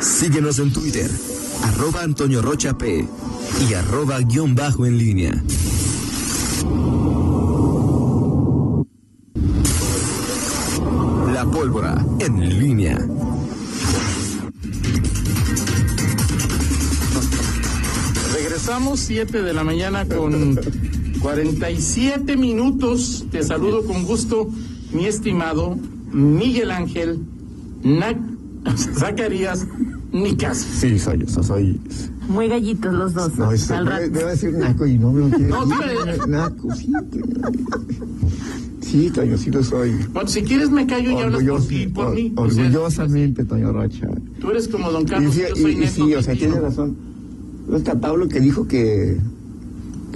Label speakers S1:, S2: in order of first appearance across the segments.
S1: Síguenos en Twitter, arroba Antonio Rocha P y arroba guión bajo en línea. La pólvora en línea.
S2: Regresamos 7 de la mañana con 47 minutos. Te saludo con gusto, mi estimado Miguel Ángel Nac Zacarías Nicas.
S3: Sí, soy yo, soy.
S4: Muy gallitos los dos.
S3: No, este, es,
S4: al rato.
S3: debe, debe decir Naco y no me lo quiere.
S2: No,
S3: decir.
S2: sí.
S3: Naco, sí. Sí, Toño, sí lo soy.
S2: Bueno, si quieres me callo y hablas por
S3: Orgulloso-
S2: ti, por
S3: or-
S2: mí. O sea,
S3: orgullosamente, Toño Rocha.
S2: tú eres como Don
S3: Y
S2: Carlos,
S3: sí,
S2: yo
S3: y-
S2: soy
S3: y
S2: neto.
S3: sí, o sea,
S2: contigo.
S3: tiene razón. No está Pablo que dijo que.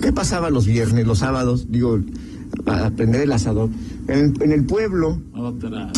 S3: ¿Qué pasaba los viernes, los sábados? Digo, para prender el asador. En, en el pueblo.
S2: Otra vez.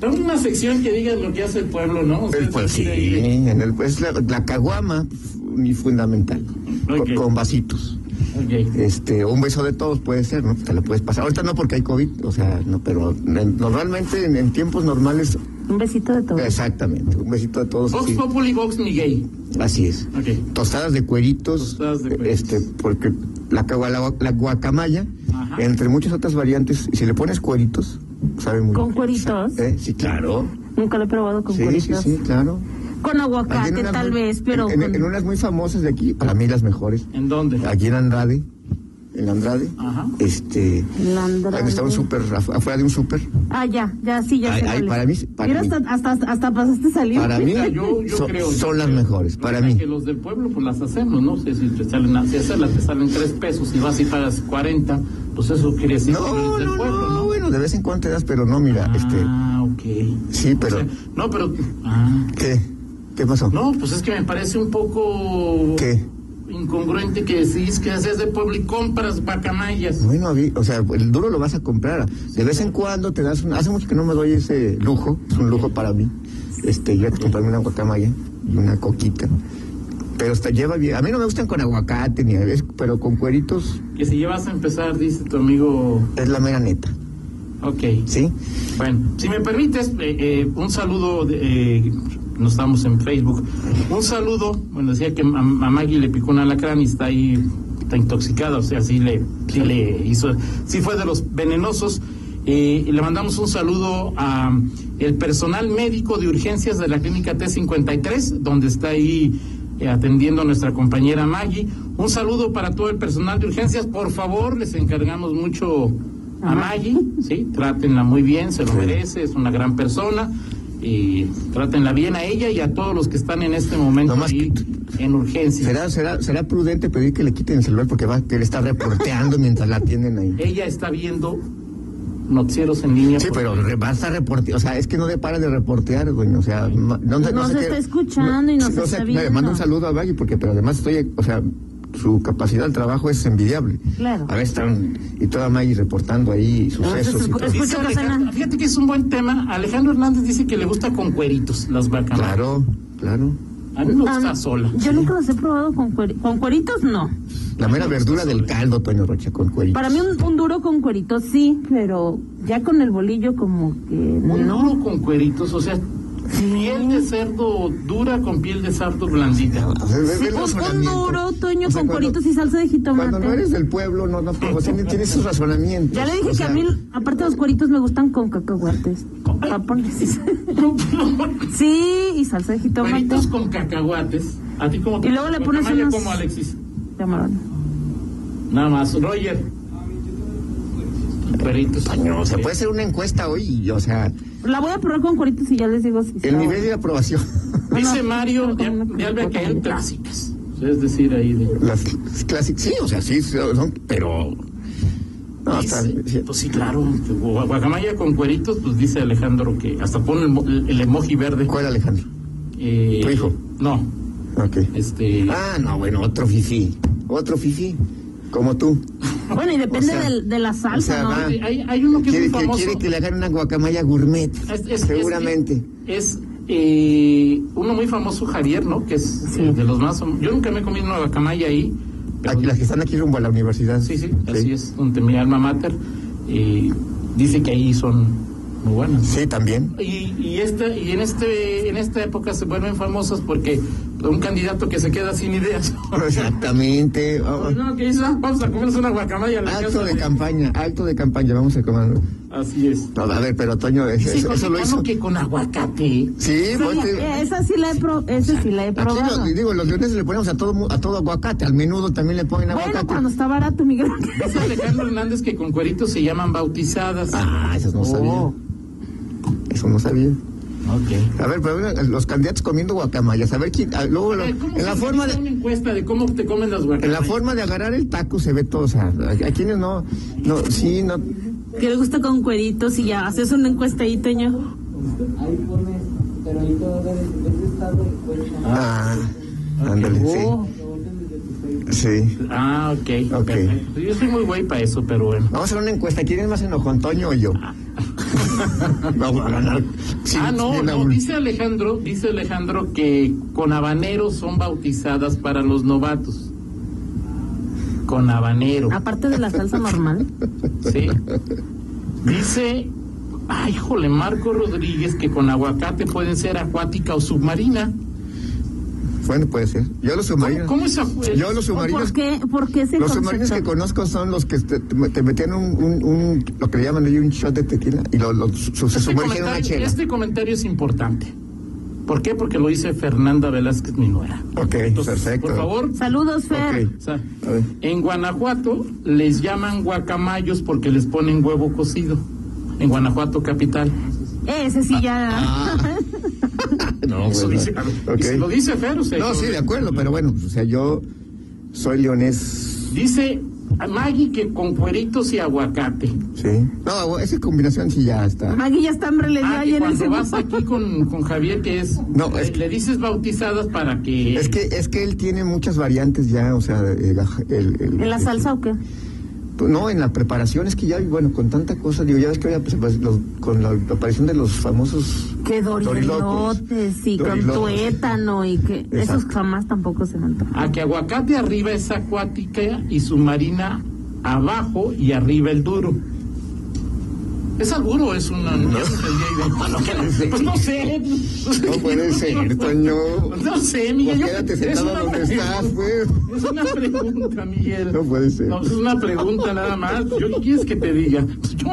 S2: Tengo una sección que diga lo que hace el pueblo, ¿no? O sea,
S3: El pueblo,
S2: es así
S3: sí,
S2: de-
S3: en el, pues, la, la caguama, mi fundamental. con-
S2: Ok.
S3: Con, vasitos.
S2: Ok.
S3: Este, un beso de todos puede ser, ¿no? Te la puedes pasar. Ahorita no porque hay COVID, o sea, no, pero en- normalmente en, en tiempos normales,
S4: Un besito de
S3: Eh.
S4: todos.
S3: exactamente, un besito de todos.
S2: Vox
S3: así.
S2: Populi, Vox Miguel.
S3: Así es.
S2: Ok.
S3: Tostadas de cueritos.
S2: Tostadas de cueritos.
S3: Este, porque la, cagua- la- la guacamaya,
S2: Ajá.
S3: entre muchas otras variantes, si le pones cueritos, sabe muy
S4: ¿Con
S3: bien.
S4: cueritos?
S3: Eh, Sí, claro.
S4: Nunca lo he probado con
S3: Sí, sí,
S4: cueritos.
S3: sí, claro.
S4: Con
S3: Aquí en
S4: aguacate
S3: unas
S4: tal
S3: muy-
S4: vez, pero
S3: En, en-
S4: con-
S3: en unas muy famosas de aquí, para mí las mejores.
S2: ¿En dónde?
S3: Aquí en Andrade, en Andrade,
S2: Ajá.
S3: este.
S4: La
S3: Ahí está un
S4: Andrade.
S3: súper, afu- afuera de un súper.
S4: Ah, ya, ya, sí, ya
S3: Ay,
S4: sé
S3: ay,
S4: cuál es.
S3: para mí- para
S4: Mira,
S3: mí.
S4: Hasta, hasta, hasta pasaste salido.
S3: Para mí,
S2: Mira, yo, yo
S3: son,
S2: creo,
S3: son
S2: yo
S3: las
S2: creo.
S3: mejores,
S2: Lo
S3: para
S2: que pasa
S3: mí.
S2: es Que los del pueblo, pues las hacemos, ¿no? sé si te salen, si esas las te salen 3 pesos y vas y pagas 40, pues eso quiere decir que no
S3: No,
S2: eres del
S3: no,
S2: pueblo,
S3: no,
S2: ¿no?
S3: bueno, de vez en cuando te das, pero no, mira,
S2: Ah, ok.
S3: este. Sí, pero.
S2: O sea, no, pero. Ah.
S3: ¿Qué? ¿Qué pasó?
S2: No, pues es que me parece un poco.
S3: ¿Qué?
S2: Incongruente que decís que haces de pueblo y compras bacamayas.
S3: Bueno, a mí, o sea, el duro lo vas a comprar. De vez en cuando te das un... Hace mucho que no me doy ese lujo, es un lujo para mí. Este, yo comprarme una guacamaya y una coquita. Pero hasta lleva bien. A mí no me gustan con aguacate, ni a veces, pero con cueritos
S2: Que si llevas a empezar, dice tu amigo.
S3: es la mera neta,
S2: Ok.
S3: ¿sí?
S2: Bueno, si me permites, eh, eh, un saludo, de, eh, no estamos en Facebook, un saludo, bueno, decía que a, a Maggie le picó un alacrán y está ahí, está intoxicada, o sea, sí le, sí le hizo, sí fue de los venenosos, eh, y le mandamos un saludo a um, el personal médico de urgencias de la clínica T53, donde está ahí eh, atendiendo a nuestra compañera Maggie. Un saludo para todo el personal de urgencias, por favor, les encargamos mucho a Maggie, ¿sí? Trátenla muy bien, se lo merece, es una gran persona. Y trátenla bien a ella y a todos los que están en este momento
S3: Nomás
S2: ahí en urgencias.
S3: ¿Será, será, será prudente pedir que le quiten el celular porque va, que le está reporteando mientras la atienden ahí.
S2: Ella está viendo noticieros en línea.
S3: Sí,
S2: porque-
S3: pero re- vas a reportear, o sea, es que no le para de reportear, güey, o sea, ma- no,
S4: Nos está escuchando y nos
S3: sí, no
S4: está
S3: sé,
S4: viendo.
S3: Le mando un saludo a Valle porque, pero además estoy, o sea, su capacidad de trabajo es envidiable.
S4: Claro. Ah,
S3: A ver, están, y toda Maggie reportando ahí sucesos y
S4: escu-
S3: todo.
S4: escu-
S2: Dice
S4: Escucha, Rosana.
S2: Alejandro, fíjate que es un buen tema. Alejandro Hernández dice que le gusta con cueritos las vacas.
S3: Claro, claro.
S2: A mí me
S4: Ah,
S2: gusta
S4: no.
S2: sola.
S4: Yo nunca los he probado con, cueri- con cueritos, no.
S3: La mera verdura del caldo, Toño Rocha, con cuello.
S4: Para mí un, un duro con cueritos sí, pero ya con el bolillo como que
S2: Un
S4: no.
S2: duro con cueritos, o sea, piel de cerdo dura con piel de cerdo blandita.
S4: Sí, un, un duro, Toño, con cueritos y salsa de
S3: Cuando no eres
S4: jitomate.
S3: del pueblo, no, no, o sea, tienes sus razonamientos.
S4: Ya le dije
S3: o
S4: que a
S3: sea,
S4: mí, aparte los cueritos me gustan con cacahuates. Papones. Sí, y salsa de jitomate.
S2: Cueritos con cacahuates. A ti como
S4: Y luego le pones unos-
S2: como Alexis.
S4: Camarón.
S2: Nada más, Roger. Cueritos.
S3: O sea, puede ser una encuesta hoy, o sea,
S4: La voy a probar con cueritos y ya les digo si
S3: el
S4: está
S3: nivel de aprobación.
S2: Dice
S4: No, no,
S2: Mario
S4: no,
S2: de,
S4: no, no,
S2: de Alba
S4: no,
S2: que hay
S4: no, no.
S2: clásicas. Es decir, ahí de.
S3: Las clásicas, sí, o sea, sí, son, pero. No,
S2: Sí,
S3: está
S2: sí,
S3: bien, sí.
S2: pues sí, claro. Gua- Guacamaya con cueritos, pues dice Alejandro que hasta pone el, mo- el- el emoji verde.
S3: ¿Cuál, Alejandro?
S2: Eh,
S3: ¿Tu hijo?
S2: No,
S3: Ok.
S2: este.
S3: Ah, no, bueno, otro fifi. Otro fifi. Como tú.
S4: Bueno, y depende
S3: O sea,
S4: del- de la salsa,
S3: o sea,
S4: ¿no?
S3: va-
S2: hay, hay uno que es
S3: Quiere
S2: muy
S3: que,
S2: famoso.
S3: quiere que le hagan una guacamaya gourmet.
S2: Es- es- es-
S3: seguramente.
S2: Es, eh, uno muy famoso, Javier, ¿no? Que es eh, de los más. fam- Yo nunca me he comido una guacamaya ahí. pero-
S3: Aquí- las que están aquí rumbo a la universidad.
S2: Sí, sí, así es, donde mi alma mater. eh, dice que ahí son muy buenas.
S3: Sí, también.
S2: Y, y, esta, y en, este, en esta época se vuelven famosos porque un candidato que se queda sin ideas.
S3: Exactamente. Oh.
S2: Pues no, que hizo, vamos a comerse una guacamaya en la
S3: Acto
S2: casa
S3: de campaña, acto de campaña, vamos a comer.
S2: Así es.
S3: No, a ver, pero Toño, es-
S2: Ese
S3: eso, eso lo
S2: José Cano
S3: hizo.
S2: que con aguacate.
S3: Sí,
S4: Sí,
S3: ponte-
S4: esa sí la he, pro- esa sí la he
S3: Aquí
S4: probado.
S3: los- digo, los leoneses le ponemos a todo mu- a todo aguacate, al menudo también le ponen
S4: Bueno,
S3: aguacate.
S4: cuando está barato, Miguel.
S2: Dice Alejandro Hernández que con cueritos se llaman bautizadas.
S3: Ah, eso no
S2: Oh,
S3: sabía. Eso no sabía.
S2: ok.
S3: A ver, pero bueno, los candidatos comiendo guacamayas, a ver quién, a- luego lo-
S2: Eh, ¿cómo
S3: en la
S2: se
S3: forma
S2: organiza
S3: de
S2: una encuesta de cómo te comen las
S3: en la
S2: guacamayas?
S3: forma de agarrar el taco se ve todo, o sea, a, a quienes no no sí no
S5: Que le gusta con cueritos y ya haces una encuesta ahí, Toño.
S6: Ahí pones, pero ahí todo debe debe estar de cuerpo.
S3: ah, ándale,
S2: Oh,
S3: sí. Sí.
S2: Ah, ok.
S3: Ok.
S2: perfecto. Yo soy muy güey para eso, pero bueno.
S3: Vamos a hacer una encuesta, ¿quién es más enojón, Toño o yo? Vamos a ganar. Sí,
S2: ah, no,
S3: sí, la-
S2: no, dice Alejandro, dice Alejandro que con habaneros son bautizadas para los novatos. Con habanero,
S3: Ah,
S4: Aparte de la salsa normal.
S3: pues.
S2: sí. Dice, ay, jole, Marco Rodríguez que con aguacate pueden ser acuática o submarina.
S3: Bueno, puede ser. Yo los
S2: ¿Cómo,
S3: submarinos.
S2: cómo es acu- Este
S3: Yo los submarinos.
S4: ¿Por qué, por qué ese
S3: Los submarinos
S4: concepto?
S3: que conozco son los que te, te metían un, un, un- lo que le llaman ahí un shot de tequila y lo, lo- su-
S2: Este
S3: se sumergían en una
S2: comentario,
S3: chela.
S2: este comentario es importante. ¿Por qué? Porque lo dice Fernanda Velázquez, mi nuera.
S3: Ok,
S2: Entonces,
S3: perfecto.
S2: Por favor,
S4: Saludos, Fer.
S3: Ok.
S2: o sea,
S3: A ver.
S2: en Guanajuato les llaman guacamayos porque les ponen huevo cocido. En Guanajuato capital.
S4: Ese sí ya.
S3: Ah. No,
S2: Eso
S3: bueno.
S2: dice,
S3: Ok.
S2: y se lo dice Fer, o sea,
S3: No,
S2: yo-
S3: sí, de acuerdo, pero bueno, o sea, yo soy leonés.
S2: Dice a Maggie que con cueritos y aguacate.
S3: Sí. No, esa combinación sí ya está.
S4: Maggie ya está hambre, le dio
S2: Ah,
S4: ahí
S2: que
S4: en el
S2: cuando
S4: segundo.
S2: vas aquí con, con Javier, que es,
S3: No, es
S2: le,
S3: que-
S2: le dices bautizadas para que...
S3: Es que, es que él tiene muchas variantes ya, o sea, el, el- el-
S4: ¿En la salsa o qué?
S3: No, en la preparación, es que ya, bueno, con tanta cosa, digo, ya ves que ahora, pues, pues, los- con la aparición de los famosos...
S4: Que
S3: Dorilocos.
S4: dorilotes y con
S3: Dorilocos.
S4: tuétano y que esos
S3: Exacto.
S4: jamás tampoco se me antojan.
S2: A que aguacate arriba es acuática y submarina abajo y arriba el duro. ¿Es duro es una.? No, Pues no sé.
S3: No puede ser, Toño.
S2: No sé,
S3: Pues
S2: Miguel. yo-
S3: quédate
S2: es
S3: sentado
S2: una
S3: donde
S2: pregunta.
S3: estás, pues.
S2: Es una pregunta, Miguel.
S3: No puede ser.
S2: No, es una pregunta nada más. ¿Yo qué quieres que te diga? Pues Yo,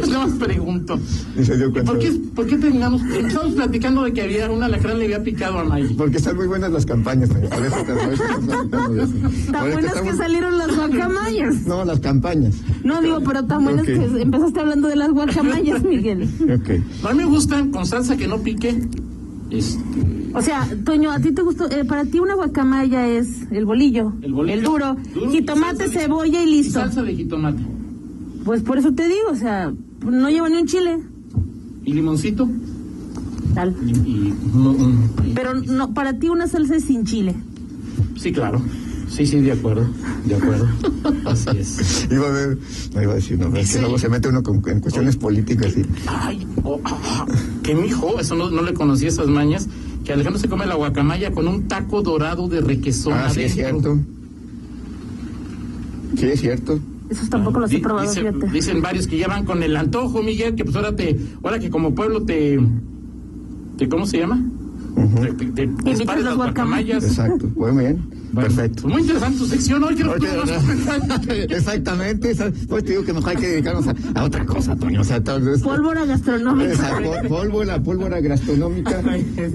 S2: yo nada más pregunto.
S3: Y se dio
S2: ¿Y
S3: cuenta.
S2: ¿Por qué, ¿Por qué terminamos? Estamos platicando de que había un alacrán le había picado a Maggie.
S3: Porque están muy buenas las campañas, Toño, por eso te por eso estamos platicando de eso. Ahora
S4: Tan
S3: que
S4: buenas que
S3: estamos-
S4: salieron las guacamayas.
S3: No, las campañas.
S4: No digo, pero tan buenas
S3: Ok.
S4: que empezaste hablando de las guacamayas, Miguel.
S3: Ok.
S2: A mí me gustan con salsa que no pique. Este,
S4: O sea, Toño, a ti te gustó, eh, para ti una guacamaya es el bolillo,
S2: El bolillo.
S4: duro,
S2: Duro,
S4: jitomate,
S2: salsa de-
S4: cebolla y
S2: y
S4: listo.
S2: salsa de jitomate.
S4: Pues por eso te digo, o sea, no lleva ni un chile,
S2: y limoncito
S4: tal.
S2: y, y- no, un- y-
S4: Pero no, para ti una salsa es sin chile.
S2: sí claro sí sí de acuerdo de acuerdo así es
S3: Iba a ver, no iba a decir, no, es que luego se mete uno con- en cuestiones políticas y...
S2: ay oh, ah, que mi hijo eso no, no le conocí esas mañas que Alejandro se come la guacamaya con un taco dorado de requesón
S3: Ah, sí, es
S2: adentro.
S3: cierto. Sí, es cierto.
S4: Esos tampoco los he
S2: Di-
S4: probado,
S2: dice-
S4: fíjate.
S2: dicen varios que ya van con el antojo Miguel que pues ahora te ahora que como pueblo te, te cómo se llama te, te- te disparas
S4: las
S2: las
S4: guacamayas.
S2: guacamayas
S3: Exacto, muy bien,
S2: Bueno, pues,
S3: perfecto.
S2: muy interesante tu sección hoy creo que
S3: Ahorita-
S2: nos comentan.
S3: Exactamente, esa- pues te digo que mejor hay que dedicarnos a, a otra cosa, Toño. O sea, tal vez-
S4: Pólvora gastronómica.
S3: esa pol- pólvora, pólvora gastronómica.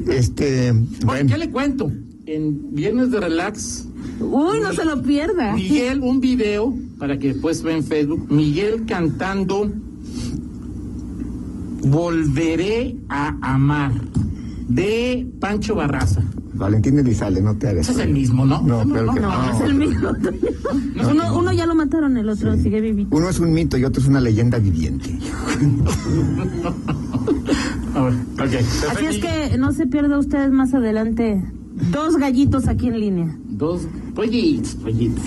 S3: Este,
S2: Oye,
S3: bueno,
S2: ¿qué le cuento? En Viernes de Relax,
S4: Uy, no se lo pierda.
S2: Miguel, un video para que después vea en Facebook, Miguel cantando Volveré a amar de Pancho Barraza.
S3: Valentín Elizalde, no te hagas.
S2: Ese es el mismo, ¿no?
S3: No, claro que
S4: No,
S3: no.
S4: es el mismo. Uno, uno ya lo mataron, el otro sigue vivito.
S3: Uno es un mito y otro es una leyenda viviente.
S2: A ver, ok.
S4: Así es que no se pierda ustedes más adelante dos gallitos aquí en línea.
S2: Dos pollitos, pollitos.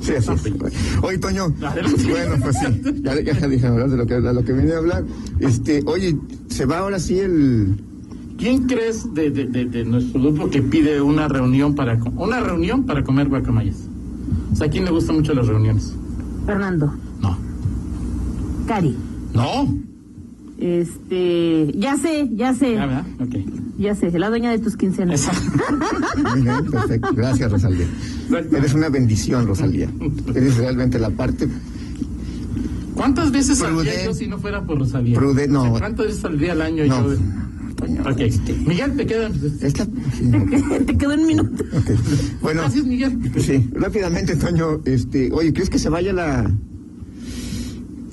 S3: Sí, así es. Oye, Toño.
S2: Adelante.
S3: Bueno, pues sí. Ya, ya dije hablar de lo que, de lo que vine a hablar. Este, oye, se va ahora sí el.
S2: ¿Quién crees de, de, de- de nuestro grupo que pide una reunión para co- una reunión para comer guacamayas? O sea, ¿a quién le gustan mucho las reuniones?
S4: Fernando,
S2: No.
S4: Cari,
S2: No.
S4: Este, ya sé, ya sé,
S2: Ya, Ah, ¿verdad? Ok.
S4: ya sé, la dueña de tus quincenas.
S3: Muy bien, perfecto. Gracias, Rosalía.
S2: Exacto.
S3: Eres una bendición, Rosalía. Eres realmente la parte
S2: ¿Cuántas veces
S3: Pruden-
S2: saldría yo si no fuera por Rosalía?
S3: Pruden- no.
S2: O sea, ¿Cuántas veces saldría al año
S3: No. este,
S2: yo? Ok. Miguel, te quedan.
S3: Esta. sí, no,
S4: Te quedó un minuto.
S3: ok. Bueno,
S2: Gracias, Miguel.
S3: Pues sí. Rápidamente, Toño. Este, oye, ¿crees que se vaya la.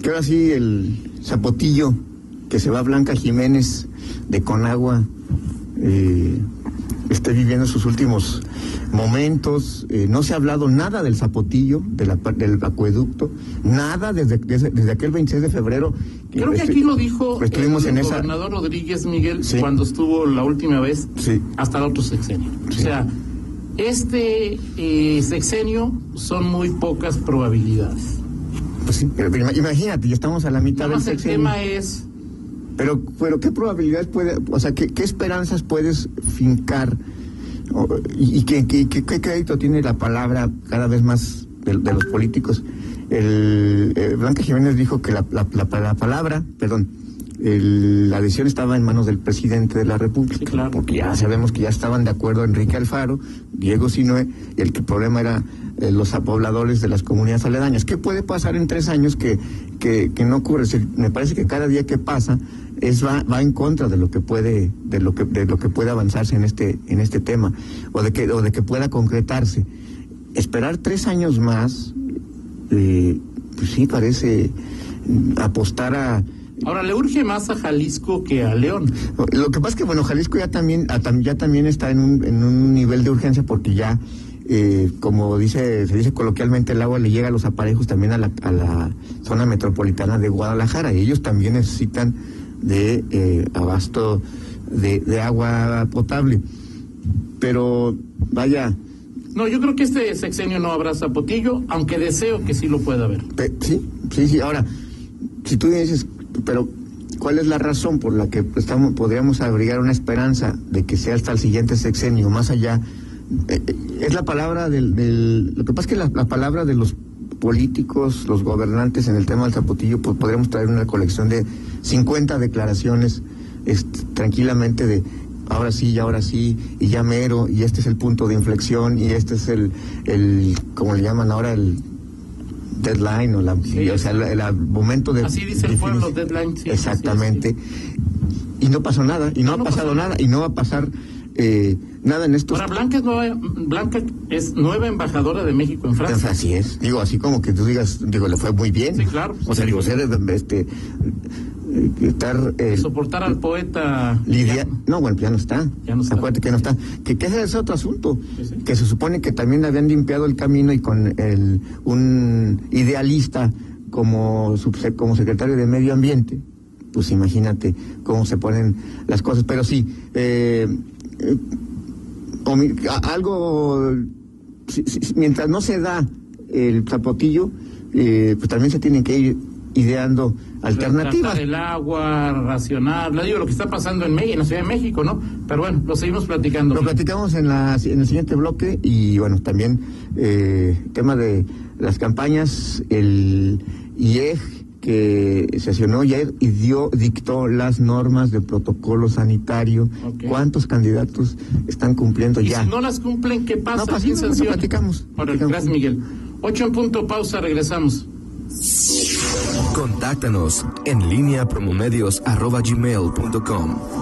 S3: que ahora sí el zapotillo que se va Blanca Jiménez de Conagua eh, esté viviendo sus últimos momentos? Eh, no se ha hablado nada del zapotillo, de la par- del acueducto, nada desde, desde, desde aquel 26 de febrero.
S2: Creo que
S3: Este,
S2: aquí lo dijo eh,
S3: Estuvimos
S2: el
S3: en esa.
S2: gobernador Rodríguez Miguel
S3: Sí.
S2: cuando estuvo la última vez
S3: Sí.
S2: hasta el otro sexenio. O
S3: Sí.
S2: sea, este eh, sexenio son muy pocas probabilidades.
S3: Pues sí, pero ima- imagínate, ya estamos a la mitad
S2: Nada
S3: del
S2: más el
S3: sexenio.
S2: tema es
S3: Pero, pero ¿qué probabilidades puede, o sea, qué, qué esperanzas puedes fincar O- y, y qué, qué- qué- qué crédito tiene la palabra cada vez más de, de los políticos? El, eh, Blanca Jiménez dijo que la, la- la- la palabra, perdón, el- la decisión estaba en manos del presidente de la República,
S2: Sí, claro.
S3: porque ya sabemos que ya estaban de acuerdo Enrique Alfaro, Diego Sinue, y el que- problema era eh, los apobladores de las comunidades aledañas. ¿Qué puede pasar en tres años que, que, que no ocurre? Se- me parece que cada día que pasa es va, va en contra de lo que puede de lo que de lo que puede avanzarse en este en este tema o de que o de que pueda concretarse. Esperar tres años más, eh, pues sí parece mm, apostar a
S2: Ahora le urge más a Jalisco que a León.
S3: lo que pasa es que, bueno, Jalisco ya también, a- tam- ya también está en un, en un nivel de urgencia porque ya, eh, como dice, se dice coloquialmente, el agua le llega a los aparejos también a la, a la zona metropolitana de Guadalajara. Y ellos también necesitan de eh, abasto de, de agua potable. Pero, vaya,
S2: No, yo creo que este sexenio no habrá zapotillo, aunque deseo que sí lo pueda haber.
S3: Pe- sí, sí, sí. Ahora, si tú dices, pero ¿cuál es la razón por la que estamos, podríamos abrigar una esperanza de que sea hasta el siguiente sexenio, más allá? Eh, eh, es la palabra del, del- Lo que pasa es que la, la palabra de los políticos, los gobernantes en el tema del zapotillo, pues podríamos traer una colección de 50 declaraciones este, tranquilamente de ahora sí, y ahora sí, y ya mero, y este es el punto de inflexión, y este es el, el como le llaman ahora, el deadline o, la,
S2: Sí,
S3: o sea, la- el, momento de...
S2: Así dice el pueblo,
S3: definición.
S2: deadline, sí,
S3: Exactamente. Y no pasó nada, y no,
S2: No,
S3: ha
S2: no
S3: pasado
S2: pasó
S3: nada, y no va a pasar eh, nada en estos...
S2: Ahora, Blanca es, nueva, Blanca es nueva embajadora de México en
S3: Entonces,
S2: Francia.
S3: así es. Digo, así como que tú digas, digo, le fue muy bien.
S2: Sí, claro.
S3: O sea, digo, ser este, eh, estar... eh,
S2: Soportar al poeta.
S3: Lidia, no, bueno, ya no está.
S2: Ya no está.
S3: Acuérdate que ya no está. Que, que ese es otro asunto.
S2: Pues sí.
S3: Que se supone que también le habían limpiado el camino y con el, un idealista como, subse- como secretario de Medio Ambiente. Pues imagínate cómo se ponen las cosas. Pero sí, eh, eh, omi- a- algo. si- si- mientras no se da el zapotillo, eh, pues también se tienen que ir ideando alternativas.
S2: Tratar El agua, racional, digo lo que está pasando en, Me- en la Ciudad de México, ¿no? Pero bueno, lo seguimos platicando.
S3: Lo platicamos en, la, en el siguiente bloque y bueno, también eh, tema de las campañas, el IEG que sesionó ayer y dio, dictó las normas de protocolo sanitario.
S2: Ok.
S3: ¿Cuántos candidatos están cumpliendo
S2: y
S3: ya?
S2: si no las cumplen, ¿qué pasa?
S3: No, pues,
S2: ¿Quién
S3: sí, no, pues,
S2: sanciona?
S3: platicamos,
S2: Ahora,
S3: platicamos.
S2: gracias, Miguel. Ocho en punto, pausa, regresamos.
S1: Contáctanos en línea promomedios arroba gmail punto com.